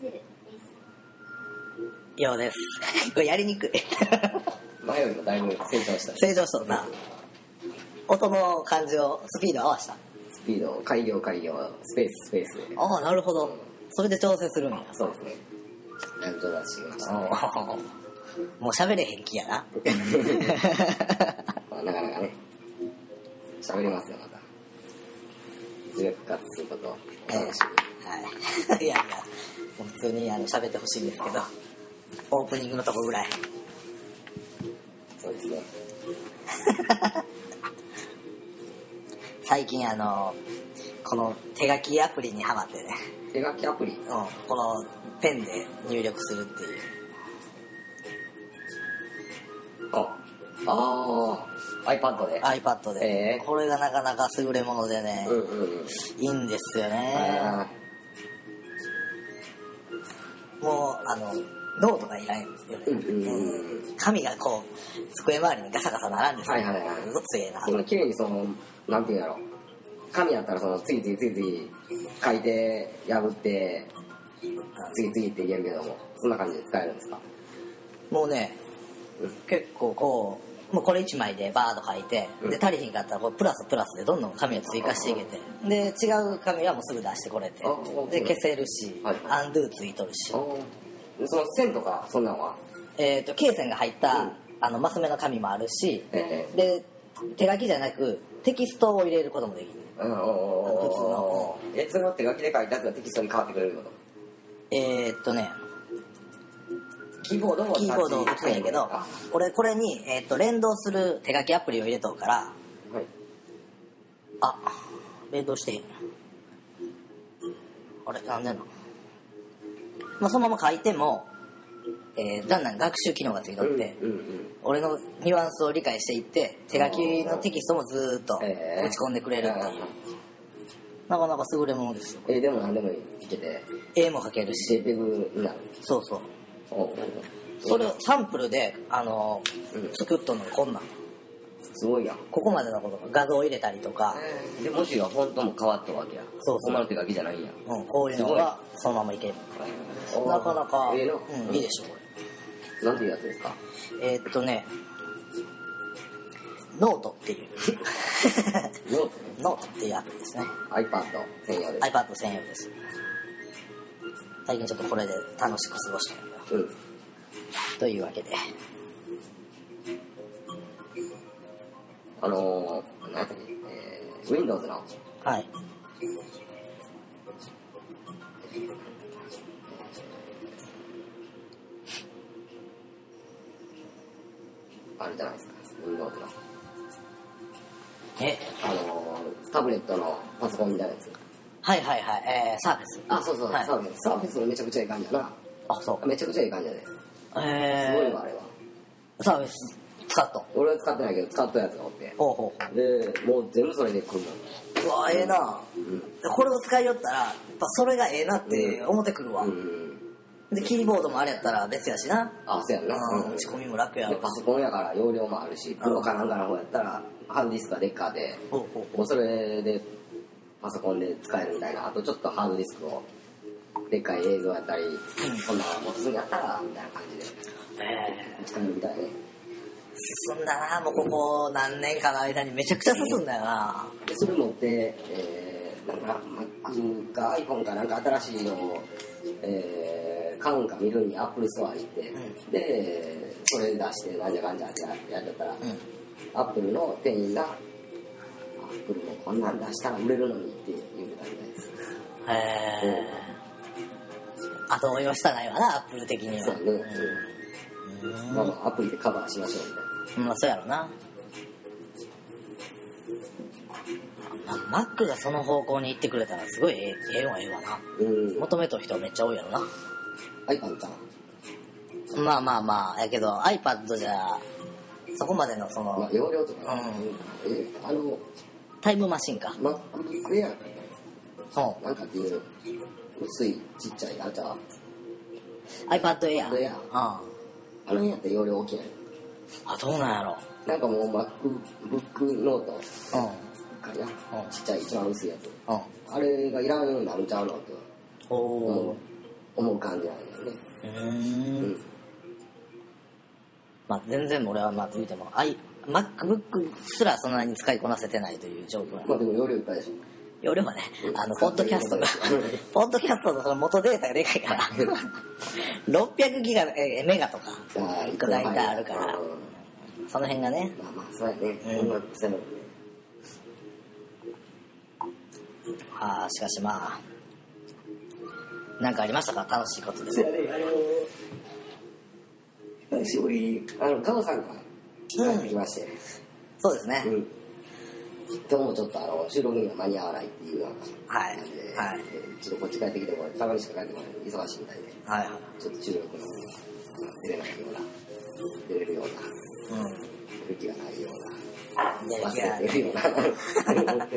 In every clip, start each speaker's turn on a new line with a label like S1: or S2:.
S1: ズルです。
S2: ようです。これやりにくい。
S3: 前よりもだいぶ成長した
S2: 正常しとるな。音の感じを、スピード合わした。
S3: スピードを改良改良スペーススペースで
S2: ああ、なるほど。それで調整するんや。
S3: そうですねランドラッシュがし
S2: お
S3: た
S2: ーもう喋れへん気やな。
S3: まあなかなかね喋りますよまたいずれ復活することを楽し
S2: はい。いやいや、もう普通にあの喋ってほしいんですけど、オープニングのとこぐらい。
S3: みそうですね
S2: 最近あの、この手書きアプリにハマってね、
S3: 手書きアプリ
S2: うんこのペンで入力するっていう。
S3: あああ iPad で
S2: iPad で、
S3: ええ
S2: これがなかなか優れものでね、
S3: うんうんうん
S2: いいんですよね、
S3: あ
S2: もうあのノートがいらんよね、
S3: ーうんうんうんうん
S2: 紙がこう机周りにガサガサならんですよ、
S3: はいはいはい
S2: ずっと強いな
S3: そんな綺麗にそのなんていうんやろ紙やったらその次々次々書いて破って次々って言えるけどもそんな感じで使えるんですか
S2: もうね
S3: うん
S2: 結構こうもうこれ1枚でバーッと書いて、
S3: うん
S2: で足りひんかったらこうプラスプラスでどんどん紙を追加していけてで違う紙はもうすぐ出してこれて
S3: あそう
S2: で消せるし、
S3: はいは
S2: アンドゥついとるし、
S3: でその線とかそんなんは
S2: えー、と罫線が入った、
S3: うん
S2: あのマス目の紙もあるし、
S3: ええ
S2: で手書きじゃなくテキストを入れることもできる
S3: うんうんうんうんえそれを手書きで書いたやつがテキストに変わってくれるの
S2: えー、っとね
S3: キーボードも
S2: キーボードを打つんやけど
S3: あ
S2: 俺これに、えーっと連動する手書きアプリを入れとるから
S3: はい
S2: あ連動してへんあれなんでなの、まあ、そのまま書いても、えーだんだん学習機能がついとって、
S3: うんうん
S2: 俺のニュアンスを理解していって手書きのテキストもずーっと
S3: ええ
S2: 打ち込んでくれるっていう、なかなか優れものですよ
S3: えでも何でもいけて
S2: 絵も描けるし
S3: JPEG になる
S2: そうそう
S3: おう
S2: それをサンプルで、あの
S3: うん
S2: 作っとんのこんなん
S3: すごいやん
S2: ここまでのことが画像を入れたりとか、
S3: でもしやフォントも変わったわけや
S2: そうそう
S3: お前の手書きじゃないんや
S2: うん、こういうのがそのままいけるなかなか、
S3: ええな
S2: うん、いいでしょこ
S3: ょなんていうやつですか
S2: れえーっとねノートって いう
S3: ノート
S2: ノートっていうアプリですね
S3: iPad 専用です
S2: iPad 専用です最近ちょっとこれで楽しく過ごしてるんだ
S3: うん
S2: というわけで
S3: あのー、なんやったっけえー Windows の
S2: はい
S3: あるじゃないですか Windows の
S2: え
S3: あのー、タブレットのパソコンみたいなやつ
S2: はいはいはいえー、サービス
S3: あそうそう、
S2: はい
S3: サーフェスサーフェスのめちゃくちゃいい感じや
S2: あそ
S3: なめちゃくちゃいい感じやで、
S2: うえー、
S3: すごいわあれは
S2: サービス使っと
S3: 俺は使ってないけど使ったやつがおって
S2: ほうほう
S3: でもう全部それで来る
S2: ほううわええなこれを使いよったらやっぱそれがええなって思ってくるわ、
S3: のうん、うん、
S2: でキーボードもあれやったら別やしな、
S3: あそうやんな、
S2: うん、
S3: うん
S2: 打ち込みも楽や
S3: で
S2: ろ
S3: パソコンやから容量もあるしプロかなんかの方やったらハードディスクがでっかで
S2: ほうほう
S3: もうそれでパソコンで使えるみたいなあとちょっとハードディスクをでっかい映像やったり、そんなもうすぐやったらみたいな感じで
S2: え
S3: 打ち込みみたいね
S2: ー、進んだなもうここ何年かの間にめちゃくちゃ進んだよな
S3: でそれ持って、えー、なんか Mac か iPhone かなんか新しいのを、えー、買うんか見るに Apple ストア行って、
S2: う
S3: でそれ出してなんじゃかんじゃってやっちゃったら、
S2: うん
S3: アップルの店員が、アップルもこんなん出したら売れるのにって言うてたみたいです。
S2: えー、後追いはしたないわなアップル的には
S3: そうね、
S2: うん
S3: まあまあアプリでカバーしましょうみたい
S2: まあそうやろな、まあ、マックがその方向に行ってくれたらすごいええええわええわな
S3: な。うん。
S2: 求めとる人はめっちゃ多いやろな
S3: iPad かな。
S2: まあまあまあやけど iPad じゃそこまでのそ
S3: ま
S2: の
S3: あ容量とか、
S2: うん
S3: えあの、
S2: タイムマシンか
S3: MacBook Air
S2: そ
S3: なんかっていう、薄いちっちゃい、あじゃあ、
S2: う iPad Air
S3: Air
S2: うんあ
S3: あの辺やったら容量大きいや
S2: どうなんやろ
S3: んなんかもう MacBook ノート
S2: うん
S3: かな、
S2: うん
S3: ちっちゃい一番薄いやつ。
S2: うん
S3: あれがいらんようになるんちゃうのって
S2: おお、
S3: 思う感じなんですね。
S2: う
S3: う
S2: ーん
S3: ん。
S2: まあ全然俺はまあ言うても、あい MacBook すらそんなに使いこなせてないという状況な
S3: ま
S2: の
S3: あでも容量いっぱいでしょ。
S2: よりもね、あの、ポッドキャストが
S3: うん、
S2: ポッドキャストのその元データがでかいから、600ギガ、えメガとか、
S3: あー
S2: いくらいっぱいあるから
S3: うん、
S2: その辺がね、
S3: まあまあ、そうやね。
S2: うん
S3: 音楽性もね
S2: ああ、しかしまあ、なんかありましたか楽しいことで
S3: そう
S2: も。
S3: やね、あの、久しぶりに、あの、カオさんから帰ってきまして、
S2: そうですね
S3: う。ん今日もちょっとあの、収録には間に合わないっていうような
S2: はい
S3: 感じで、
S2: はい
S3: でちょっとこっち帰ってきても、たまにしか帰ってこない、忙しいみたいで、
S2: はいはい。
S3: ちょっと収録の方が出れないような、出れるような、
S2: う
S3: 出る気がないよう
S2: いやいや
S3: な、忘れてるような、
S2: ん。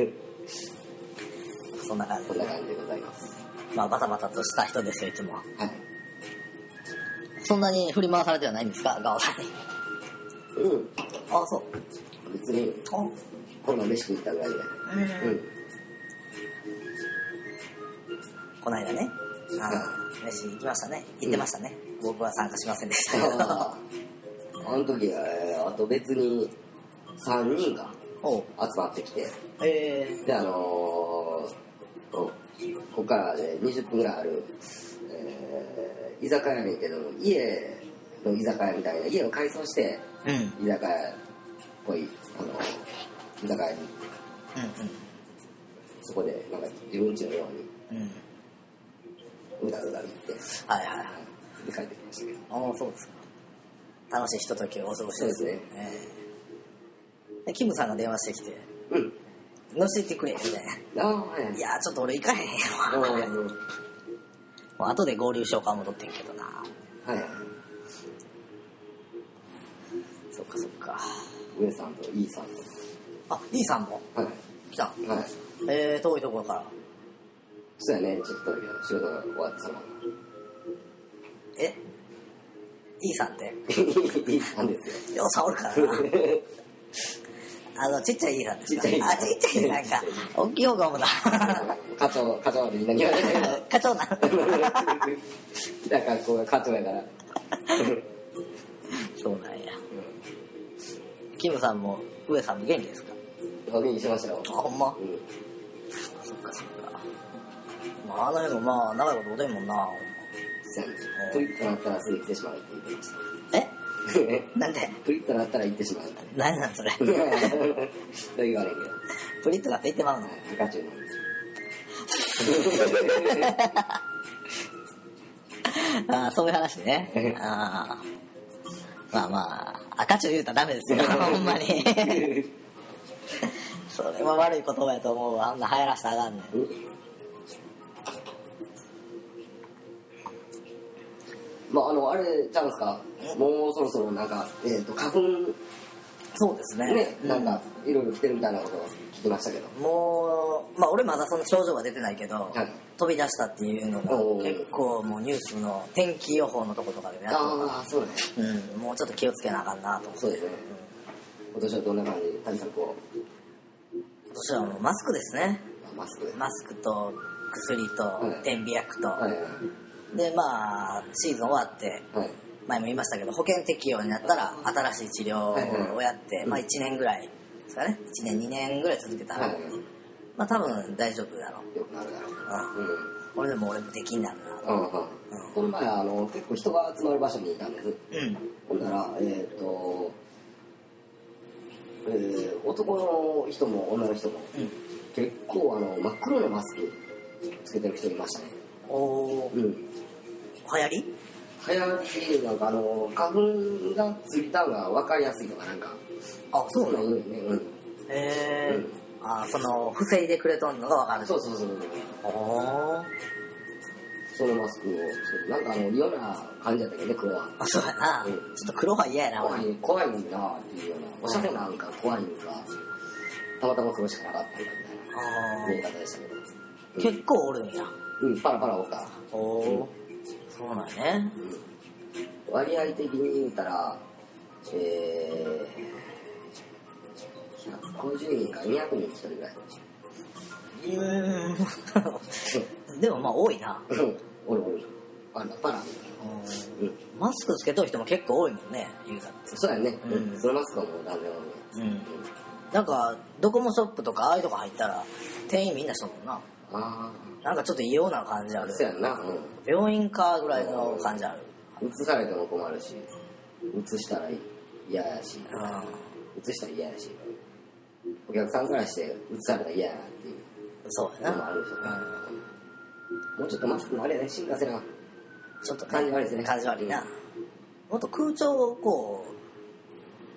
S2: そんな感じ
S3: こん
S2: で。
S3: な感じでございます。
S2: まあ、バタバタとした人ですよ、いつも。
S3: はい。
S2: そんなに振り回されてはないんですかガオさんに。
S3: う、
S2: あ、そうん
S3: 別に、
S2: あ。
S3: こんな飯食ったぐらいじゃ
S2: う。
S3: ない。うんん。
S2: この間ね、あー飯行きましたね。行ってましたね。僕は参加しませんでしたけど。
S3: あの時は、えーあと別に3人が
S2: おう。
S3: 集まってきて、
S2: ええ
S3: で、あのーここっからね、20分ぐらいある、えー居酒屋やねんけど、家の居酒屋みたいな、家を改装して、
S2: うん。うんうん。
S3: 居酒屋っぽい、あの居酒屋に、そこで、なんか自分家のよ
S2: うん。うん。
S3: うに、うだうだ行って、
S2: はいはいはい。
S3: で帰ってきましたけど。
S2: ああ、そうですか。楽しいひとときをお過ごしですね。ええでキムさんが電話してきて、
S3: うん。
S2: 乗せてくれ、みたいな。
S3: ああ、はいはい
S2: い。やー、ちょっと俺行かへんよ。
S3: うん
S2: もう後で合流しようか戻ってんけどな。
S3: はいはい。
S2: そっかそっか。
S3: 上さんと E さんと。
S2: あ、D さんも
S3: はい。
S2: 来た。
S3: はい。
S2: えー、遠いところから。
S3: そうやね、ちょっと仕事が終わってたの。
S2: え ?D さんって、
S3: いいさ んです
S2: りょうさんおるから
S3: よ。
S2: な。あの、ちっちゃい E さんですか
S3: ちっちゃい E
S2: あ、ちっちゃい E さん か。大きい方が主だ。
S3: 課長、課長までみんなに言われてる
S2: 課長なん。
S3: けど。なんかこう課長やから。
S2: そうなんや。キムさんも、上さんも元気ですか
S3: お元気しましたよ。
S2: あ、ほんま
S3: う。ん。
S2: そっかそっか。まあ、あの辺もまあ、長いことおでんもんな。ほんま
S3: そうやね。プリッとなったらすぐ行ってしまうって言ってまし
S2: え
S3: た。
S2: なんで
S3: プリッとなったら行ってしまう。
S2: 何なん それ。
S3: そう言われるけど。
S2: プリッとかって言ってまうの
S3: 赤中なんです。
S2: ああ、そういう話ね。ああまあまあ、赤ちょ言うたらダメ ですよ、ほんまに。それは悪い言葉やと思うわ。あんな流行らせたらあかんねん。
S3: まあ、あの、あれちゃうんすかもうそろそろなんか、えっ、と、花粉
S2: そうですね。
S3: ね、
S2: うん
S3: なんか、いろいろ来てるみたいなことを聞きましたけど。
S2: もう、まあ俺まだその症状が出てないけど、
S3: はい
S2: 飛び出したっていうのが
S3: おー
S2: 結構もうニュースの天気予報のとことかでもやってるか
S3: ああ、そうね。
S2: ら、うん、もうちょっと気をつけなあかんなと思って。
S3: そうですね。今年はどんな感じで対策を、
S2: 今年はもうマスクですね。
S3: まあマスクで。
S2: マスクと薬と
S3: はい
S2: 点鼻薬と、
S3: はいはい
S2: でまあシーズン終わって
S3: はい。はい。
S2: 前も言いましたけど保険適用になったら新しい治療をやって、
S3: はい
S2: まあ、1年ぐらいですかね1年2年ぐらい続けたら、
S3: はい。
S2: まあ多分大丈夫だろう、
S3: よくなるだろう。
S2: う
S3: うん。
S2: ん、俺でも俺もできになる
S3: うんうんこの前、あの、結構人が集まる場所にいたんです。
S2: なうん
S3: ほんなら、えっ、と、えー男の人も女の人も、
S2: うん
S3: 結構あの、真っ黒のマスクつけてる人いましたね。
S2: おお
S3: うん。
S2: ー流行り
S3: 早い、なんかあの、花粉がついたのが分かりやすいとか、なんか、
S2: あそうなん
S3: のよね。うん。
S2: へえ
S3: うん
S2: あその防いでくれとんのが分かる
S3: そうそうそう。
S2: おおー
S3: そのマスクをつけて、なんかあの、嫌な感じだったけどね、黒は。
S2: あそうやな、
S3: うん
S2: ちょっと黒は嫌やな
S3: 怖
S2: 俺
S3: い、怖いんだなっていうような、おしゃれなんか怖いんか、たまたま黒しかなかったんだみたいな。
S2: あ
S3: 見え方でしたけど。
S2: ー結構おるんや
S3: うん、パラパラおった。
S2: おおそうなんやね
S3: 割合的に言うたら、えー、150人か200人に1人ぐらい。
S2: うーんでもまあ多いな
S3: うんおるおる。あのパラうん
S2: マスクつけとる人も結構多いもんねユーザーって
S3: そうやね
S2: う
S3: うんんそのマスクはもう断然多いね
S2: うんなんかドコモショップとかああいうとこ入ったら店員みんなしとるもんな
S3: あ
S2: なんかちょっと異様な感じあ
S3: あ
S2: る
S3: そうやんなうん
S2: 病院かぐらいの感じある
S3: 映されても困るし映したら嫌やし
S2: う
S3: 映したら嫌やしお客さんからして映されたら嫌やなってい
S2: んそう
S3: う
S2: や
S3: のもあ
S2: な
S3: るでしょもうちょっとマスクもあれやね進化せな
S2: ちょっとね
S3: 感じ悪いですね
S2: 感じ悪いなもっと空調をこ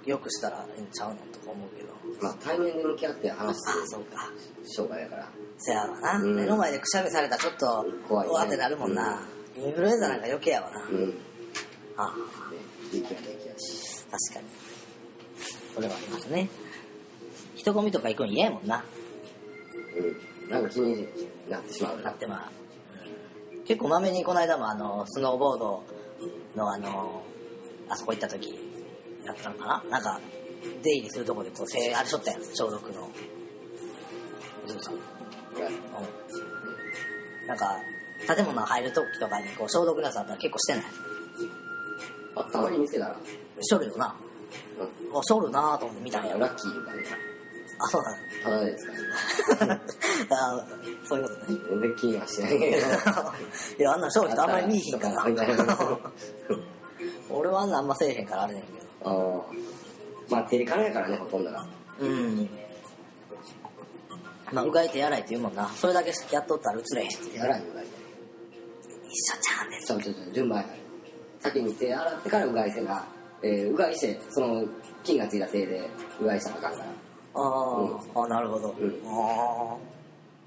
S2: うよくしたらええんちゃうのとか思うけど
S3: まあ対面で向き合って話
S2: あ
S3: す
S2: あそうか
S3: 商売やから
S2: せやろな、
S3: うん
S2: 目の前でくしゃみされたらちょっと
S3: 怖いね
S2: うわってなるもんな、インフルエンザなんか余計やわな、
S3: うんで
S2: ああ
S3: できやできやし
S2: 確かにそれはありますね人混みとか行くん嫌やもんな
S3: うんなんか気になってしまう
S2: な
S3: な
S2: ってまあ、うん結構まめにこの間もあのスノーボードのあのあそこ行った時やったのかななんか出入りするとこでこうせあれしょったやん消毒のズムさんうんなんか建物入る時とかにこう消毒のやつあったら結構してない
S3: あたまに見つけたら
S2: しょるよな
S3: うん
S2: あしょるなと思って見たんや
S3: ラッキーいうかね
S2: あそうなの
S3: ただですからね
S2: あそういう ことね
S3: 全然気にはしてないけど
S2: いやあんな商品あんまり見えへんから俺はあんなあんませえへんからあれねんけ
S3: ああまあテレカラやからねほとんどが
S2: どうんまあうがい手洗いって言うもんなそれだけやっとったら映れへん一緒
S3: 手洗いも大事
S2: ちゃうんです
S3: ちょちょちょ順番やから先に手洗ってからうがいせな、えー、うがいしてその菌がついた手でうがいしたらあかんから
S2: あーあなるほど、
S3: うん
S2: あ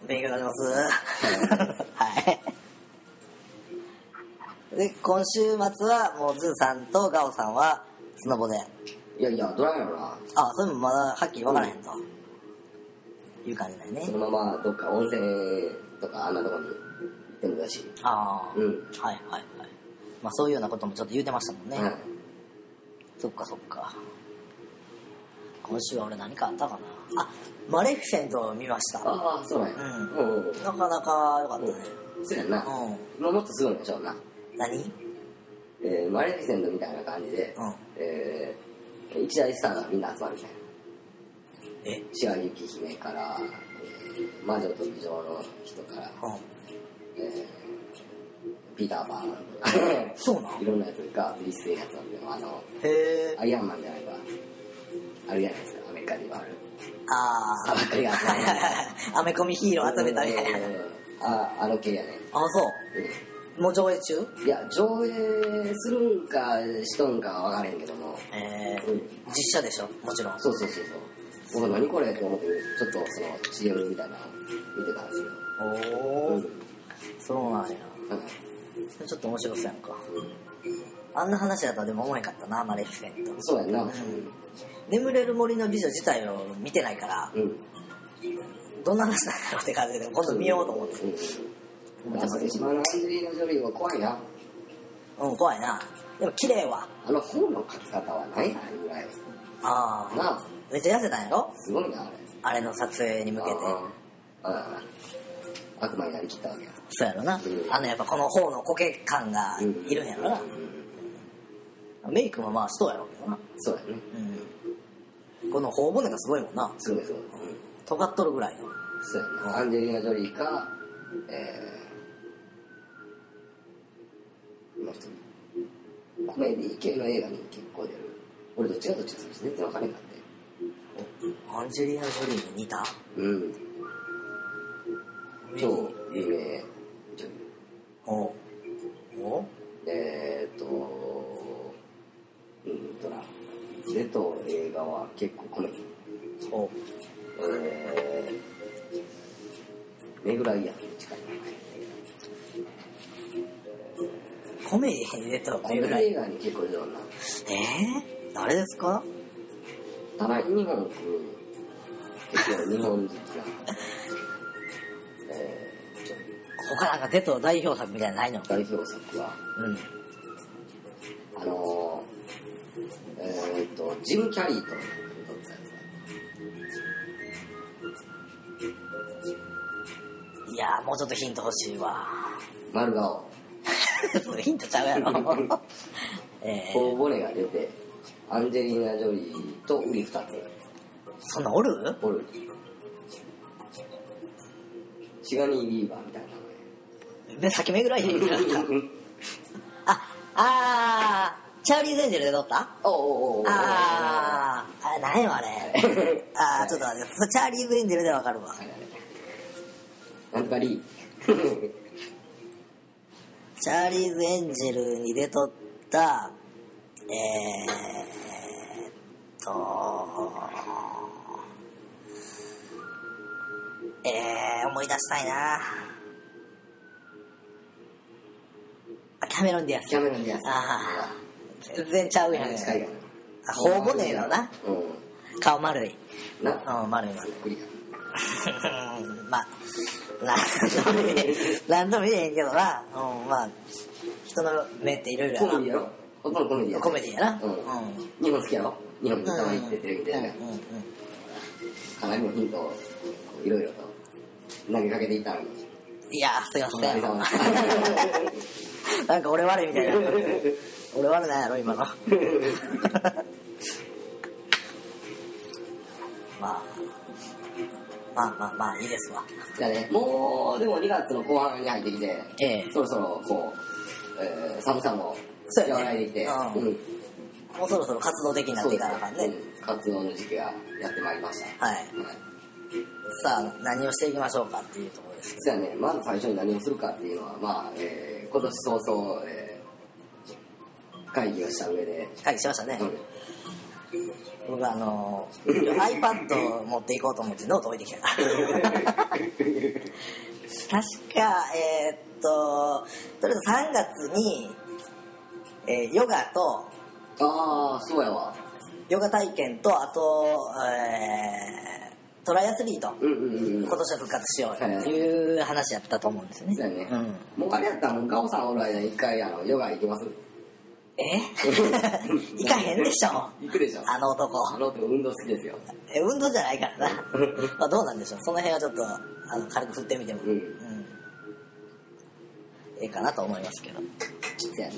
S2: ー勉強になります はいで今週末はもうズーさんとガオさんはスノボで
S3: いやいやどないやろな
S2: あそれもまだはっきり分からへんと、いう感じだよね
S3: そのままどっか温泉とかあんなとこに行ってもだし
S2: ああ、
S3: うん
S2: はいはいはいまあそういうようなこともちょっと言うてましたもんね、
S3: はい
S2: そっかそっか今週は俺何かあったかなあマレフィセントを見ました
S3: ああそうなんや
S2: うん
S3: うんうん
S2: なかなか良かったね
S3: うんそうやんな
S2: うん、
S3: もうもっとすごいんでしょうな、
S2: 何
S3: えー、マレフィセントみたいな感じで、
S2: うん
S3: えー、一大スターがみんな集まるみたいな
S2: え
S3: 白雪姫から、えー魔女と美女の人から、
S2: う
S3: えーピーター・パーン とか
S2: んそうなん
S3: いろんなやつが一斉やつなんであの
S2: へえ
S3: アイアンマンじゃないかあるじゃないですかアメリカにはある
S2: あ
S3: 砂漠が
S2: あ アメコミヒーロー集めたみたいな
S3: えーああの系やね、
S2: あそう
S3: う
S2: もう上映中
S3: んいや上映するんかしとんかは分からへんけども
S2: え
S3: う
S2: ー
S3: ん
S2: 実写でしょもちろん
S3: そうそうそうそう僕何これって思ってちょっとその CM みたいなの見てたんですけど
S2: おお、そうなんや
S3: うん
S2: それちょっと面白そうやんかあんな話だとでも思えんかったなマレフィセント
S3: そうやんな
S2: 眠れる森の美女自体を見てないから
S3: うん
S2: どんな話なんだろうって感じで今度見ようと思って
S3: うんまあ島のアンジェリーナ・ジョリーは怖いな
S2: うん怖いなでも綺麗は
S3: あの本の書き方はないなあれぐらい
S2: ああ
S3: なあ
S2: めっちゃ痩せたんやろ
S3: すごいなあれ
S2: あれの撮影に向けて
S3: ああ悪魔になりきったわけや
S2: そうやろな
S3: うん
S2: あのやっぱこの方の苔感が
S3: うん
S2: いるんやろな
S3: うん
S2: メイクもまあそうやろうけどな
S3: そうやね
S2: うんこの頬骨がすごいもんな
S3: すごいすごい
S2: 尖っとるぐらいの
S3: そうやなアンジェリーナ・ジョリーかえーもう一人コメディ系の映画に結構出る俺どっちがどっちか全然わかんへんかって
S2: アンジェリーナ・ジョリーに似た
S3: うん超有名女優
S2: おお
S3: えーっとうんとな出と映画は結構コメディ
S2: お
S3: えー、メグライアンに近い
S2: コメディに出たらこ
S3: コ
S2: れぐ
S3: メディ
S2: らい
S3: 映画に結構いろんな
S2: えー、誰ですか
S3: たまに日本来る結構日本好きなえーちょ
S2: 他なんか出と代表作みたいなのないの
S3: 代表作は
S2: うん
S3: あのー、えー、っとジム・キャリーと撮ったや
S2: いやーもうちょっとヒント欲しいわ
S3: つ丸顔
S2: ヒントちゃうやろ。 え
S3: こ
S2: ー、
S3: うボネが出てアンジェリーナ・ジョリーとウリ二つ
S2: そんなんおる
S3: おるシガニー・ビーバーみたいな
S2: で、先めぐらいでいいから。
S3: 名前
S2: あ、あー、チャーリーズ・エンジェルで撮った
S3: おおうおうおうおう
S2: あー、あ何よあれ。 あー、ちょっと待って、チャーリーズ・エンジェルでわかるわ。
S3: なんかリー
S2: チャーリーズ・エンジェルに出とった、えーっと、えー、思い出したいなあキャメロン・ディアス。
S3: キャメロン・ディアス
S2: あー全然ちゃうやん。
S3: 近いか
S2: あ頬骨のな、
S3: う
S2: 顔丸い。
S3: んな
S2: うん、丸い
S3: そ
S2: 丸
S3: っくりや
S2: い。うんまあ、なんとも言えなんとも言えへんけどな、うん、まあ、人の目っていろいろやな。
S3: コメディやろほとんどコメディや
S2: コメディやな。
S3: うん日本好きやろ日本にたまに行ってテレビで
S2: うんうん
S3: かなりのヒントをいろいろと投げかけていたのに
S2: うんいや、すいま
S3: お疲
S2: せ
S3: れ 様です
S2: ん。 なんか俺悪いみたいな。俺悪ないやろ、今の。 まあ、まあまあまあ、いいですわ。
S3: じゃあね、もうでも2月の後半に入ってきて、
S2: ええ
S3: そろそろこう、えー、寒さも
S2: そうや
S3: 和
S2: ね
S3: らいできて、
S2: うん
S3: ん
S2: もうそろそろ活動的になっていかなあかんね。
S3: うん活動の時期がやってまいりました。
S2: はい。
S3: はい
S2: さあ、何をしていきましょうかっていうところです。
S3: じゃあね、まず最初に何をするかっていうのは、まあ、えー今年早々、えー会議をした上で、
S2: はい、しましたね
S3: う。ん
S2: 僕はあのー、iPad を持っていこうと思ってノート置いてきたから確かえーっととりあえず3月に、えーヨガと
S3: ああ、そうやわ。
S2: ヨガ体験とあと、えートライアスリート
S3: うんうんうんうん
S2: 今。年は復活しようよっていう話やったと思うんですよね
S3: そうやね
S2: うん、
S3: もうあれやったら、もうガオさんおる間に一回、あの、ヨガ行きます
S2: え 行かへんでしょ
S3: 行くでしょ。
S2: あの男
S3: あの、運動好きですよ。
S2: え運動じゃないからな まあどうなんでしょうその辺はちょっとあの軽く振ってみても、
S3: うん
S2: ええかなと思いますけど、
S3: そうやね。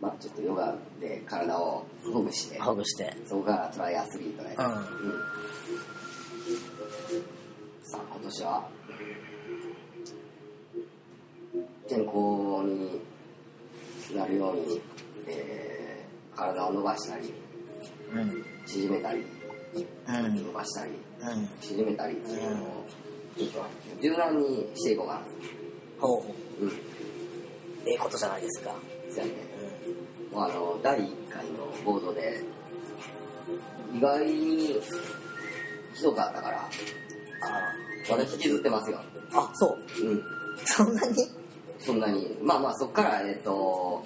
S3: まあちょっとヨガで体をほぐして、
S2: ほぐして
S3: そこからトライアスリートで、
S2: うん
S3: うんさあ今年は健康になるように、えー体を伸ばしたり
S2: うんうん
S3: 縮めたり
S2: うん
S3: 伸ばしたり
S2: うん
S3: 縮めたりっていうのをちょっと柔軟にしていこうかな
S2: ほう
S3: うん
S2: ええことじゃないですか、
S3: そうやね
S2: う
S3: もうあの第1回のボードで意外にひどかったから
S2: ん、あ
S3: 私引きずってますよ
S2: ああそう
S3: うん
S2: そんなに
S3: そんなにまあまあそっからえっと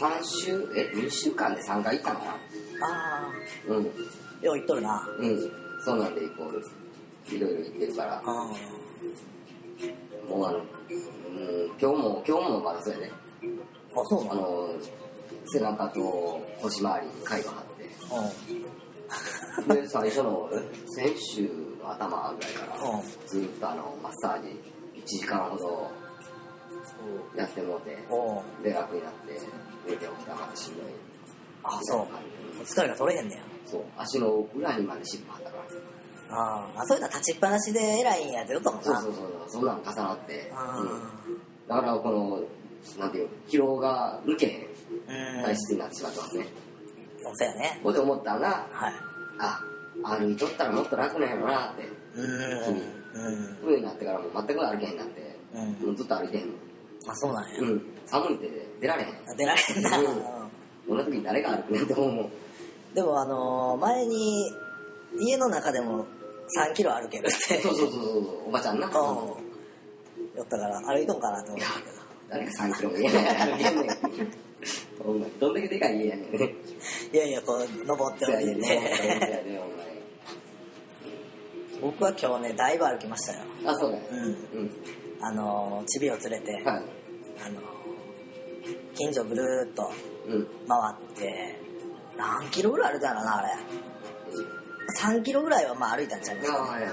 S3: 3週え2週間で3回行ったのか
S2: あ
S3: なうん
S2: あよう言っとるな
S3: うんそうなんでイコールいろいろ行ってるから
S2: あ
S3: もうあの、うん、今日も今日もまだそうやね
S2: あそうな
S3: あ
S2: の
S3: の背中と腰回りに貝が張って
S2: うん
S3: で最初の先週の頭ぐらいから
S2: うん
S3: ずっとあのマッサージ1時間ほどやってもうて
S2: おう
S3: で楽になって寝て起きたらまたしんどい
S2: あそう疲れが取れへんねや
S3: そう足の裏にまで尻尾張ったから
S2: あーあそういった立ちっぱなしで偉いんやって言うともん
S3: そう
S2: な
S3: そうそうそんなん重なって、
S2: あ
S3: だからこのなんていう疲労が抜けへん
S2: ーうん
S3: 体質になってしまってますね、
S2: そうやね
S3: ここで思ったのが
S2: はい
S3: あ歩いとったらもっと楽なんやろなって
S2: うんうん
S3: 冬になってからもう全く歩けへんなって
S2: うん
S3: もうずっと歩いてへんの
S2: あそうなんや、
S3: うん寒いって出られへん
S2: 出られんな、
S3: うん
S2: うん
S3: こんな時に誰が歩くねんって思うもん
S2: でもあのー前に家の中でも3キロ歩けるって
S3: そうそうそうそうおばちゃんな、
S2: うんやったから歩いとんかなと思ったけど
S3: 誰が3キロも家まで歩けんねんほんまにどんだけでかい家やねん
S2: いやいやこう登って
S3: そう
S2: お
S3: や
S2: い
S3: ね
S2: て
S3: んね
S2: ね僕は今日ねだいぶ歩きましたよ
S3: あそうだよ
S2: うん
S3: うん
S2: あのーチビを連れて、
S3: はい
S2: あのー近所ぐるーっと
S3: うん
S2: 回って何キロぐらい歩いたのかなあれ3キロぐらいはまあ歩いたんちゃいますか、
S3: あーはいはい
S2: うん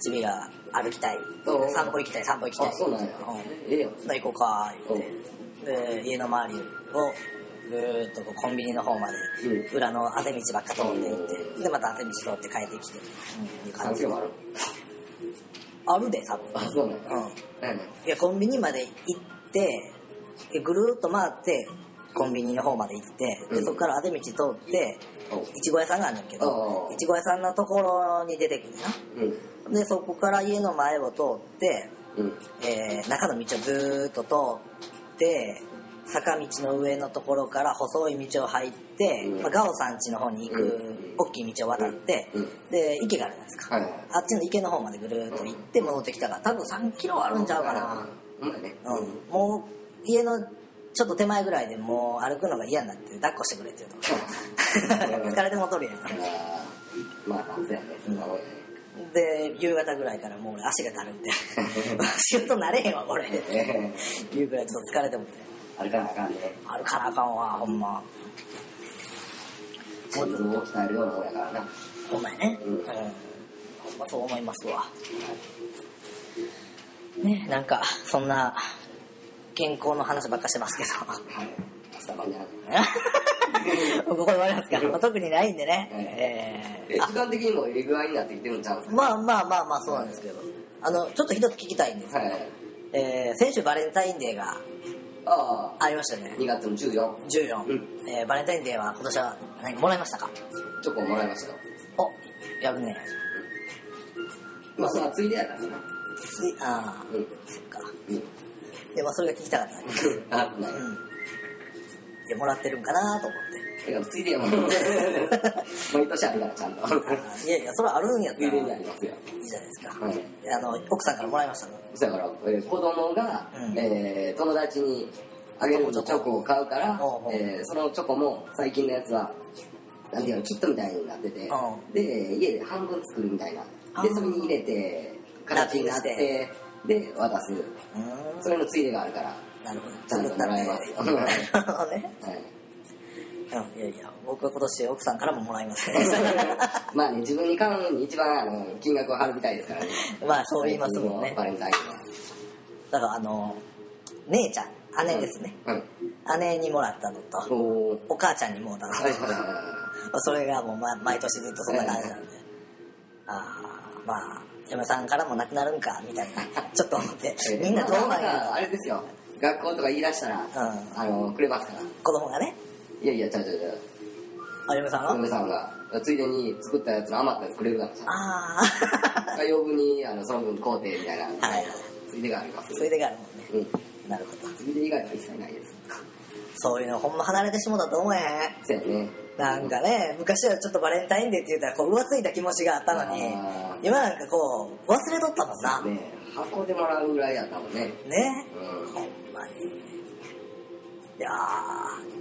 S2: チビが歩きたい
S3: うんうん
S2: 散歩行きたい散歩行きたい
S3: あそうなんや
S2: ん
S3: ええよ
S2: 行こうか言ってで家の周りをぐーっとこうコンビニの方まで
S3: う
S2: 裏のあぜ道ばっか通っていってでまたあぜ道通って帰ってきてっていう感
S3: 環
S2: じ
S3: 境もある
S2: あるで多分
S3: あそうなんや
S2: うん
S3: なんや
S2: いやコンビニまで行ってでぐるーっと回ってコンビニの方まで行ってで
S3: うん
S2: そこからあぜ道通って
S3: おう
S2: いちご屋さんがあるんだけど
S3: ああ
S2: いちご屋さんのところに出てくる
S3: うん
S2: なでそこから家の前を通って
S3: うん
S2: えー中の道をずーっと通って坂道の上のところから細い道を入って、
S3: うん
S2: まあ、ガオさん家の方に行く
S3: うん
S2: 大きい道を渡って、
S3: うん
S2: で池があるじゃないですか、
S3: はいはい
S2: あっちの池の方までぐるーっと行って戻ってきたから多分3キロはあるんちゃうかな、
S3: うんだね
S2: うんもう家のちょっと手前ぐらいでもう歩くのが嫌になって抱っこしてくれって言うと
S3: うん
S2: 疲れてもとるやん
S3: まあまあそうやねそんなもんやね
S2: で夕方ぐらいからもう俺足がだる って仕事なれへんわこれ
S3: え
S2: 言うぐらいちょっと疲れてもて
S3: ーあれかなあかんね
S2: あるからあかんわほんま
S3: 心臓を鍛えるようなもんやからな
S2: ほんまやね
S3: うん
S2: うんほんまそう思いますわねなんかそんな健康の話ばっかしてますけど
S3: はいスタバにある
S2: ここで終わりますか、まあ、特にないんで
S3: うん
S2: ね、え
S3: え
S2: ー
S3: 時間的にもええ具合になってきてるんちゃうんす
S2: あまあまあまあまあそうなんですけどあのちょっと一つ聞きたいんです
S3: か
S2: け
S3: は
S2: ど、
S3: い
S2: えー先週バレンタインデーが
S3: あ
S2: ありました
S3: あ
S2: ね
S3: 2月の14
S2: 14、
S3: うん
S2: えーバレンタインデーは今年は何かもらいましたか
S3: チョコもらいましたよ
S2: おやるね
S3: まあそんなついでやからな
S2: ついああ
S3: うん
S2: そっか
S3: うん
S2: でまあそれが聞きたかった
S3: あそうなんや
S2: うん。で、もらってるんかなと思っ
S3: いやついでやもん毎年あるからちゃんと
S2: て。いやいや、それあるんやっ
S3: つ
S2: たら
S3: い
S2: いいじ
S3: でにありますよ
S2: ゃないですか。
S3: はい
S2: あの、奥さんからもらいましたの。
S3: だから、えー子供が、
S2: うん
S3: えー友達にあげるチョコを買うから
S2: おうお、う
S3: えーそのチョコも最近のやつはなんていうのキットみたいになってて
S2: おう
S3: で家で半分作るみたいな
S2: あ
S3: で
S2: ー
S3: それに入れて形になってで渡す
S2: うーん。
S3: それのついでがあるから、は
S2: なるほど。
S3: ちゃんともらえますよ
S2: なるほどね。うん、
S3: い、
S2: いやいや、僕は今年奥さんからももらいます ね。
S3: まあね自分に買うのに一番あの金額を張るみたいですからね
S2: まあ、そう言いますもんね
S3: バ。レンタイ
S2: だから、あの、姉ちゃん、
S3: ンは
S2: 姉ですね。
S3: うん
S2: 姉にもらったのと、
S3: おー
S2: お母ちゃんにもらった
S3: はい
S2: の
S3: はい
S2: と。
S3: はいは
S2: まあそれがもうま毎年ずっとそんな感じなんで、ああまあ嫁さんからもなくなるんかみたいな ちょっと思って
S3: い
S2: みんなどうなんや
S3: かあれですよ学校とか言い出したら、
S2: ん
S3: あのくれますから
S2: 子供がね
S3: いやいやちゃうちゃうちゃう
S2: あ嫁さんが、
S3: 嫁さんがついでに作ったやつの余ったやつくれるからさ
S2: ああ
S3: 余分にあのその分工程みたいな、
S2: はい
S3: ついでがありま す
S2: それでがあるもんね
S3: うん
S2: なるほど
S3: ついで以外は一切ないです
S2: そういうのほんま離れてしもたと思えへん
S3: そうやね
S2: なんかね昔はちょっとバレンタインデーって言ったらこう浮ついた気持ちがあったのに
S3: あー
S2: 今なんかこう忘れとったもんなね
S3: ね箱でもらうぐらいやったもんね
S2: ほんまにいやー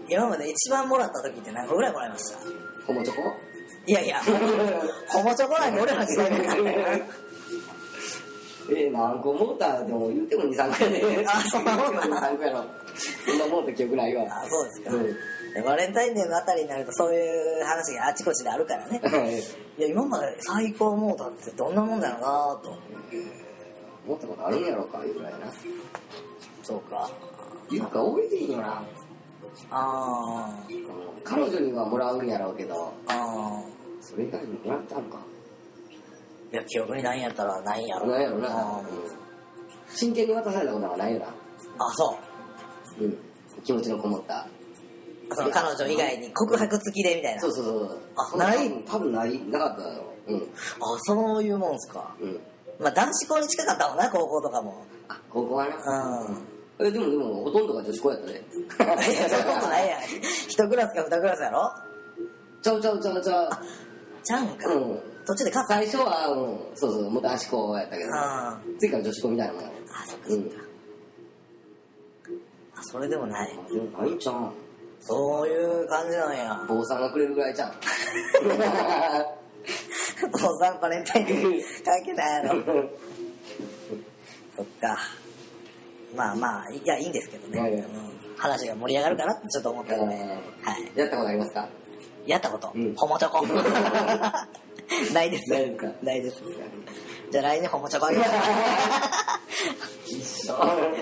S2: 今まで一番もらった時って何個ぐらいもらいました
S3: うんホモチョコ
S2: いやい や、ホモチョコなんて俺らの時代だからね。
S3: えー、何個もうたでも言うても23個やね
S2: あそんなもんなん
S3: 23個やろそんなもんって記憶ないわ
S2: あそうですか、
S3: うん
S2: バレンタインデーのあたりになるとそういう話があちこちであるからね。いや、今まで最高モーターってどんなもんだろうなと。
S3: 思ったことあるんやろうかいうぐらいやな
S2: そうか。
S3: 言うか多いでいいよな
S2: あー、
S3: 彼女にはもらうんやろうけど
S2: あ
S3: それ以外にもらったんか
S2: ー。いや、記憶にないんやったらないんやろ。
S3: なんやろ
S2: あ
S3: な
S2: ー
S3: 真剣に渡されたことはないよな
S2: あ、そう。
S3: うん気持ちのこもった
S2: その彼女以外に告白付きでみたいな。
S3: そうそうそう
S2: あ
S3: そん
S2: ない
S3: 多分多分ないなかっただろううん
S2: あ、そういうもんすか。
S3: うん
S2: まあ、男子校に近かったもんな、高校とかも。
S3: あ高校はな
S2: うん。
S3: えでもでもほとんどが女子校やった で
S2: いや、そんなことないやん。一クラスか二クラスやろ
S3: ちゃうちゃうちゃうちゃう
S2: ちゃうんか。
S3: うん
S2: 途中で勝つ
S3: 最初はうんそうそうもう男子校やったけど
S2: あ
S3: 次から女子校みたいなもんやろ
S2: ーあ、そっか
S3: う
S2: そっ
S3: ん
S2: か。あ、それでもない。
S3: あでもないんちゃう
S2: そういう感じなんや。
S3: 坊さんがくれるぐら いちゃう
S2: 父さんバレンタインデー関係ないやろ。そっか。まあまあ、いや、いいんですけどね。
S3: はいはい
S2: うん話が盛り上がるかなってちょっと思ったけどね。はい。
S3: やったことありま すか
S2: やったこと、
S3: うん
S2: ホモチョ コ。ないです。
S3: ないですか
S2: ないです。じゃあ来年ホモチョコあげます。
S3: しょ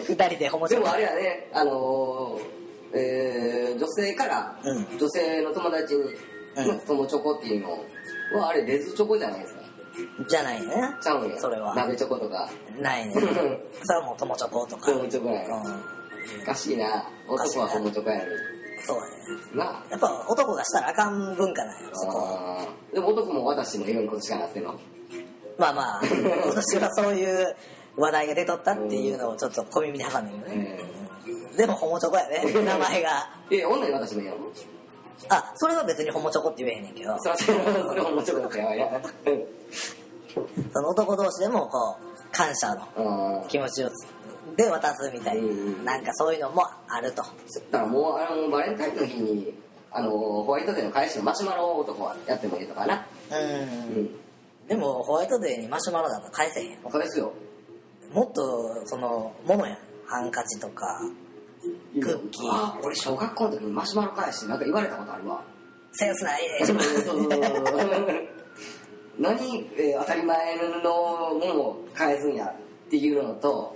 S2: 二人でホモ
S3: で
S2: チャ
S3: もあれやね、あのーえー女性から、
S2: うん
S3: 女性の友達に、
S2: うん
S3: 友チョコっていうのは、あれ、レズチョコじゃないですか。
S2: じゃないね
S3: ちゃうんや。
S2: それは
S3: 鍋チョコとか。
S2: ないねそれはもう友チョコとか
S3: 友チョコや
S2: う
S3: ね。
S2: ん
S3: おかしいな。男は友チョコやね。
S2: そうだね
S3: な
S2: やっぱ男がしたらあかん文化なんやろそこは
S3: あーでも男も私もいろんなことしかなってんの。
S2: まあまあ今年はそういう話題が出とったっていうのをちょっと小耳に挟んだけどね、うんでもホモチョコやね名前が
S3: え、女に私もいいやろ。
S2: あそれは別にホモチョコって言えへんねんけど
S3: そらそれそれ友チョコとかやばいや。うん
S2: その男同士でもこう感謝の
S3: あー
S2: 気持ちをつで渡すみたいな
S3: うん
S2: なんかそういうのもあると
S3: そしたらもう、あの、バレンタインの日に、あの、ホワイトデーの返しのマシュマロを男はやってもいいのかな。
S2: う
S3: うんん。
S2: でもホワイトデーにマシュマロなんか返せへんよ
S3: 他ですよ。
S2: もっとそのものやんハンカチとかクッキー
S3: あ俺小学校の時にマシュマロ返してなんか言われたことあるわ
S2: センスないで
S3: そうそうそう何、 えー当たり前のものを返すんやっていうのと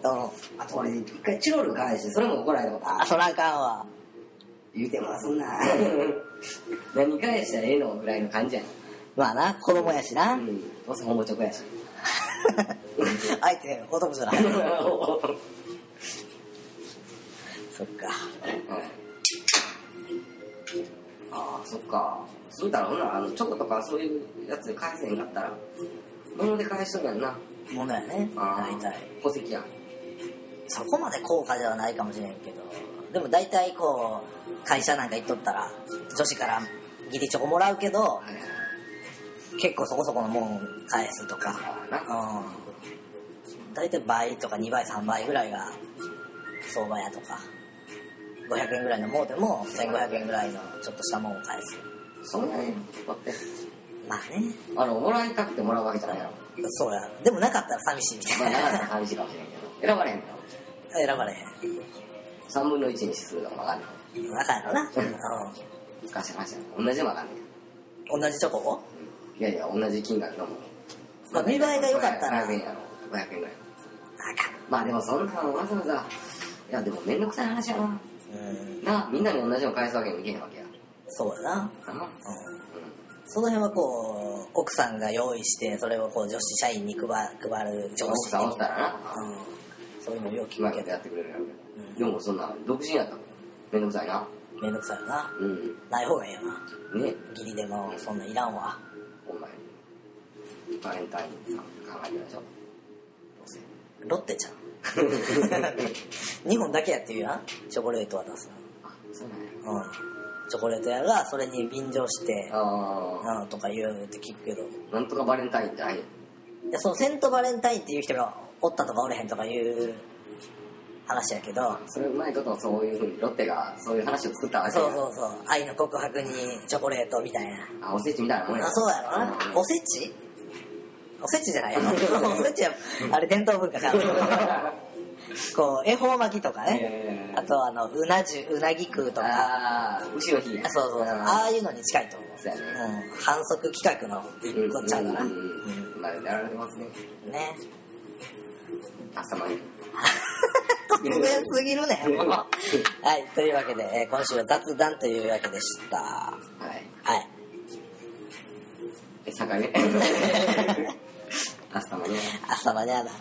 S3: あと俺一回チロル返してそれも怒られたことある
S2: あそらあかんわ
S3: 言うてもなそんな 何返したらええのぐらいの感じやね
S2: まあな子供やしな、
S3: んうんどうせホモチョコや し
S2: 相手男じゃ ないそっか
S3: ああそっかそうだろうなあのチョコとかそういうやつで返せへんかったら物で返しとるやんな
S2: ものやね
S3: あ
S2: 大
S3: ー
S2: 体
S3: 戸籍やん
S2: そこまで高価ではないかもしれんけどでも大体こう会社なんか行っとったら女子からギリチョコもらうけど
S3: はいはい
S2: 結構そこそこのもん返すとか
S3: あーなんか
S2: うん大体倍とか2倍3倍ぐらいが相場やとか500円ぐらいのもうでも1500円ぐらいのちょっとしたもんを返す
S3: そんなに待って
S2: まあね
S3: あのもらいたくてもらうわけじゃないやろ
S2: そうやでもなかったら寂しいみた
S3: まあ
S2: い
S3: なかったら
S2: な
S3: 寂しいかもしれんけど選ばれへんの
S2: 選ばれへん
S3: 3分の1に指数が分かんない
S2: わかんやろな、
S3: 難しい話やな同じは分かんない
S2: うん、同じチョコを
S3: いやいや同じ金額のもの
S2: まあ見栄えが良かったら
S3: 500円やろ500円ぐらい
S2: あか
S3: まあでもそんなのわざわざいやでも面倒くさい話やなん
S2: うん
S3: なみんなに同じの返すわけにもいけへんわけや
S2: そうやな、
S3: な
S2: うん、その辺はこう奥さんが用意してそれをこう女子社員に配配る上
S3: 奥
S2: 司
S3: さんおっ
S2: 的
S3: た
S2: な、
S3: らな
S2: うん、そういうのよく
S3: うま
S2: 聞く
S3: いこ
S2: け
S3: と
S2: ど
S3: やってくれるやろう
S2: うん
S3: けどでもそんな独身やったもん面倒くさいな
S2: めんどくさいよな
S3: うん
S2: ない方がええよな
S3: ね
S2: ギリでもそんなんいらんわ
S3: お前バレンタインさん考えてるでしょどうせ
S2: ロッテちゃん 日本だけやって言うやんチョコレート渡す
S3: あそうなんや
S2: の、うん、チョコレート屋がそれに便乗して、
S3: あ
S2: うん、とか言うって聞くけど
S3: あなんとかバレンタインじゃないよ
S2: いやそのセントバレンタインっていう人がおったとかおれへんとかいう話やけど
S3: それうまいことそういうふうにロッテがそういう話を作ったわけや
S2: そうそうそう愛の告白にチョコレートみたいな
S3: あおせちみたいなもんや
S2: あそうやろなおせちおせちじゃないよ おせちはあれ伝統文化か こう恵方巻きとかね
S3: え
S2: あとあのうなじゅうなぎ食うとか
S3: ああ牛の日や
S2: あそうそうそう
S3: あ
S2: ああいうのに近いと思う
S3: そうやね
S2: うん、反則企画の一個ちゃうかな、
S3: んうんうんまあやられてますね
S2: うんね
S3: 朝まで
S2: 突然すぎるねもうはいというわけで、えー今週は雑談というわけでしたは
S3: は
S2: い
S3: いえ、3回目朝まで
S2: 朝までやな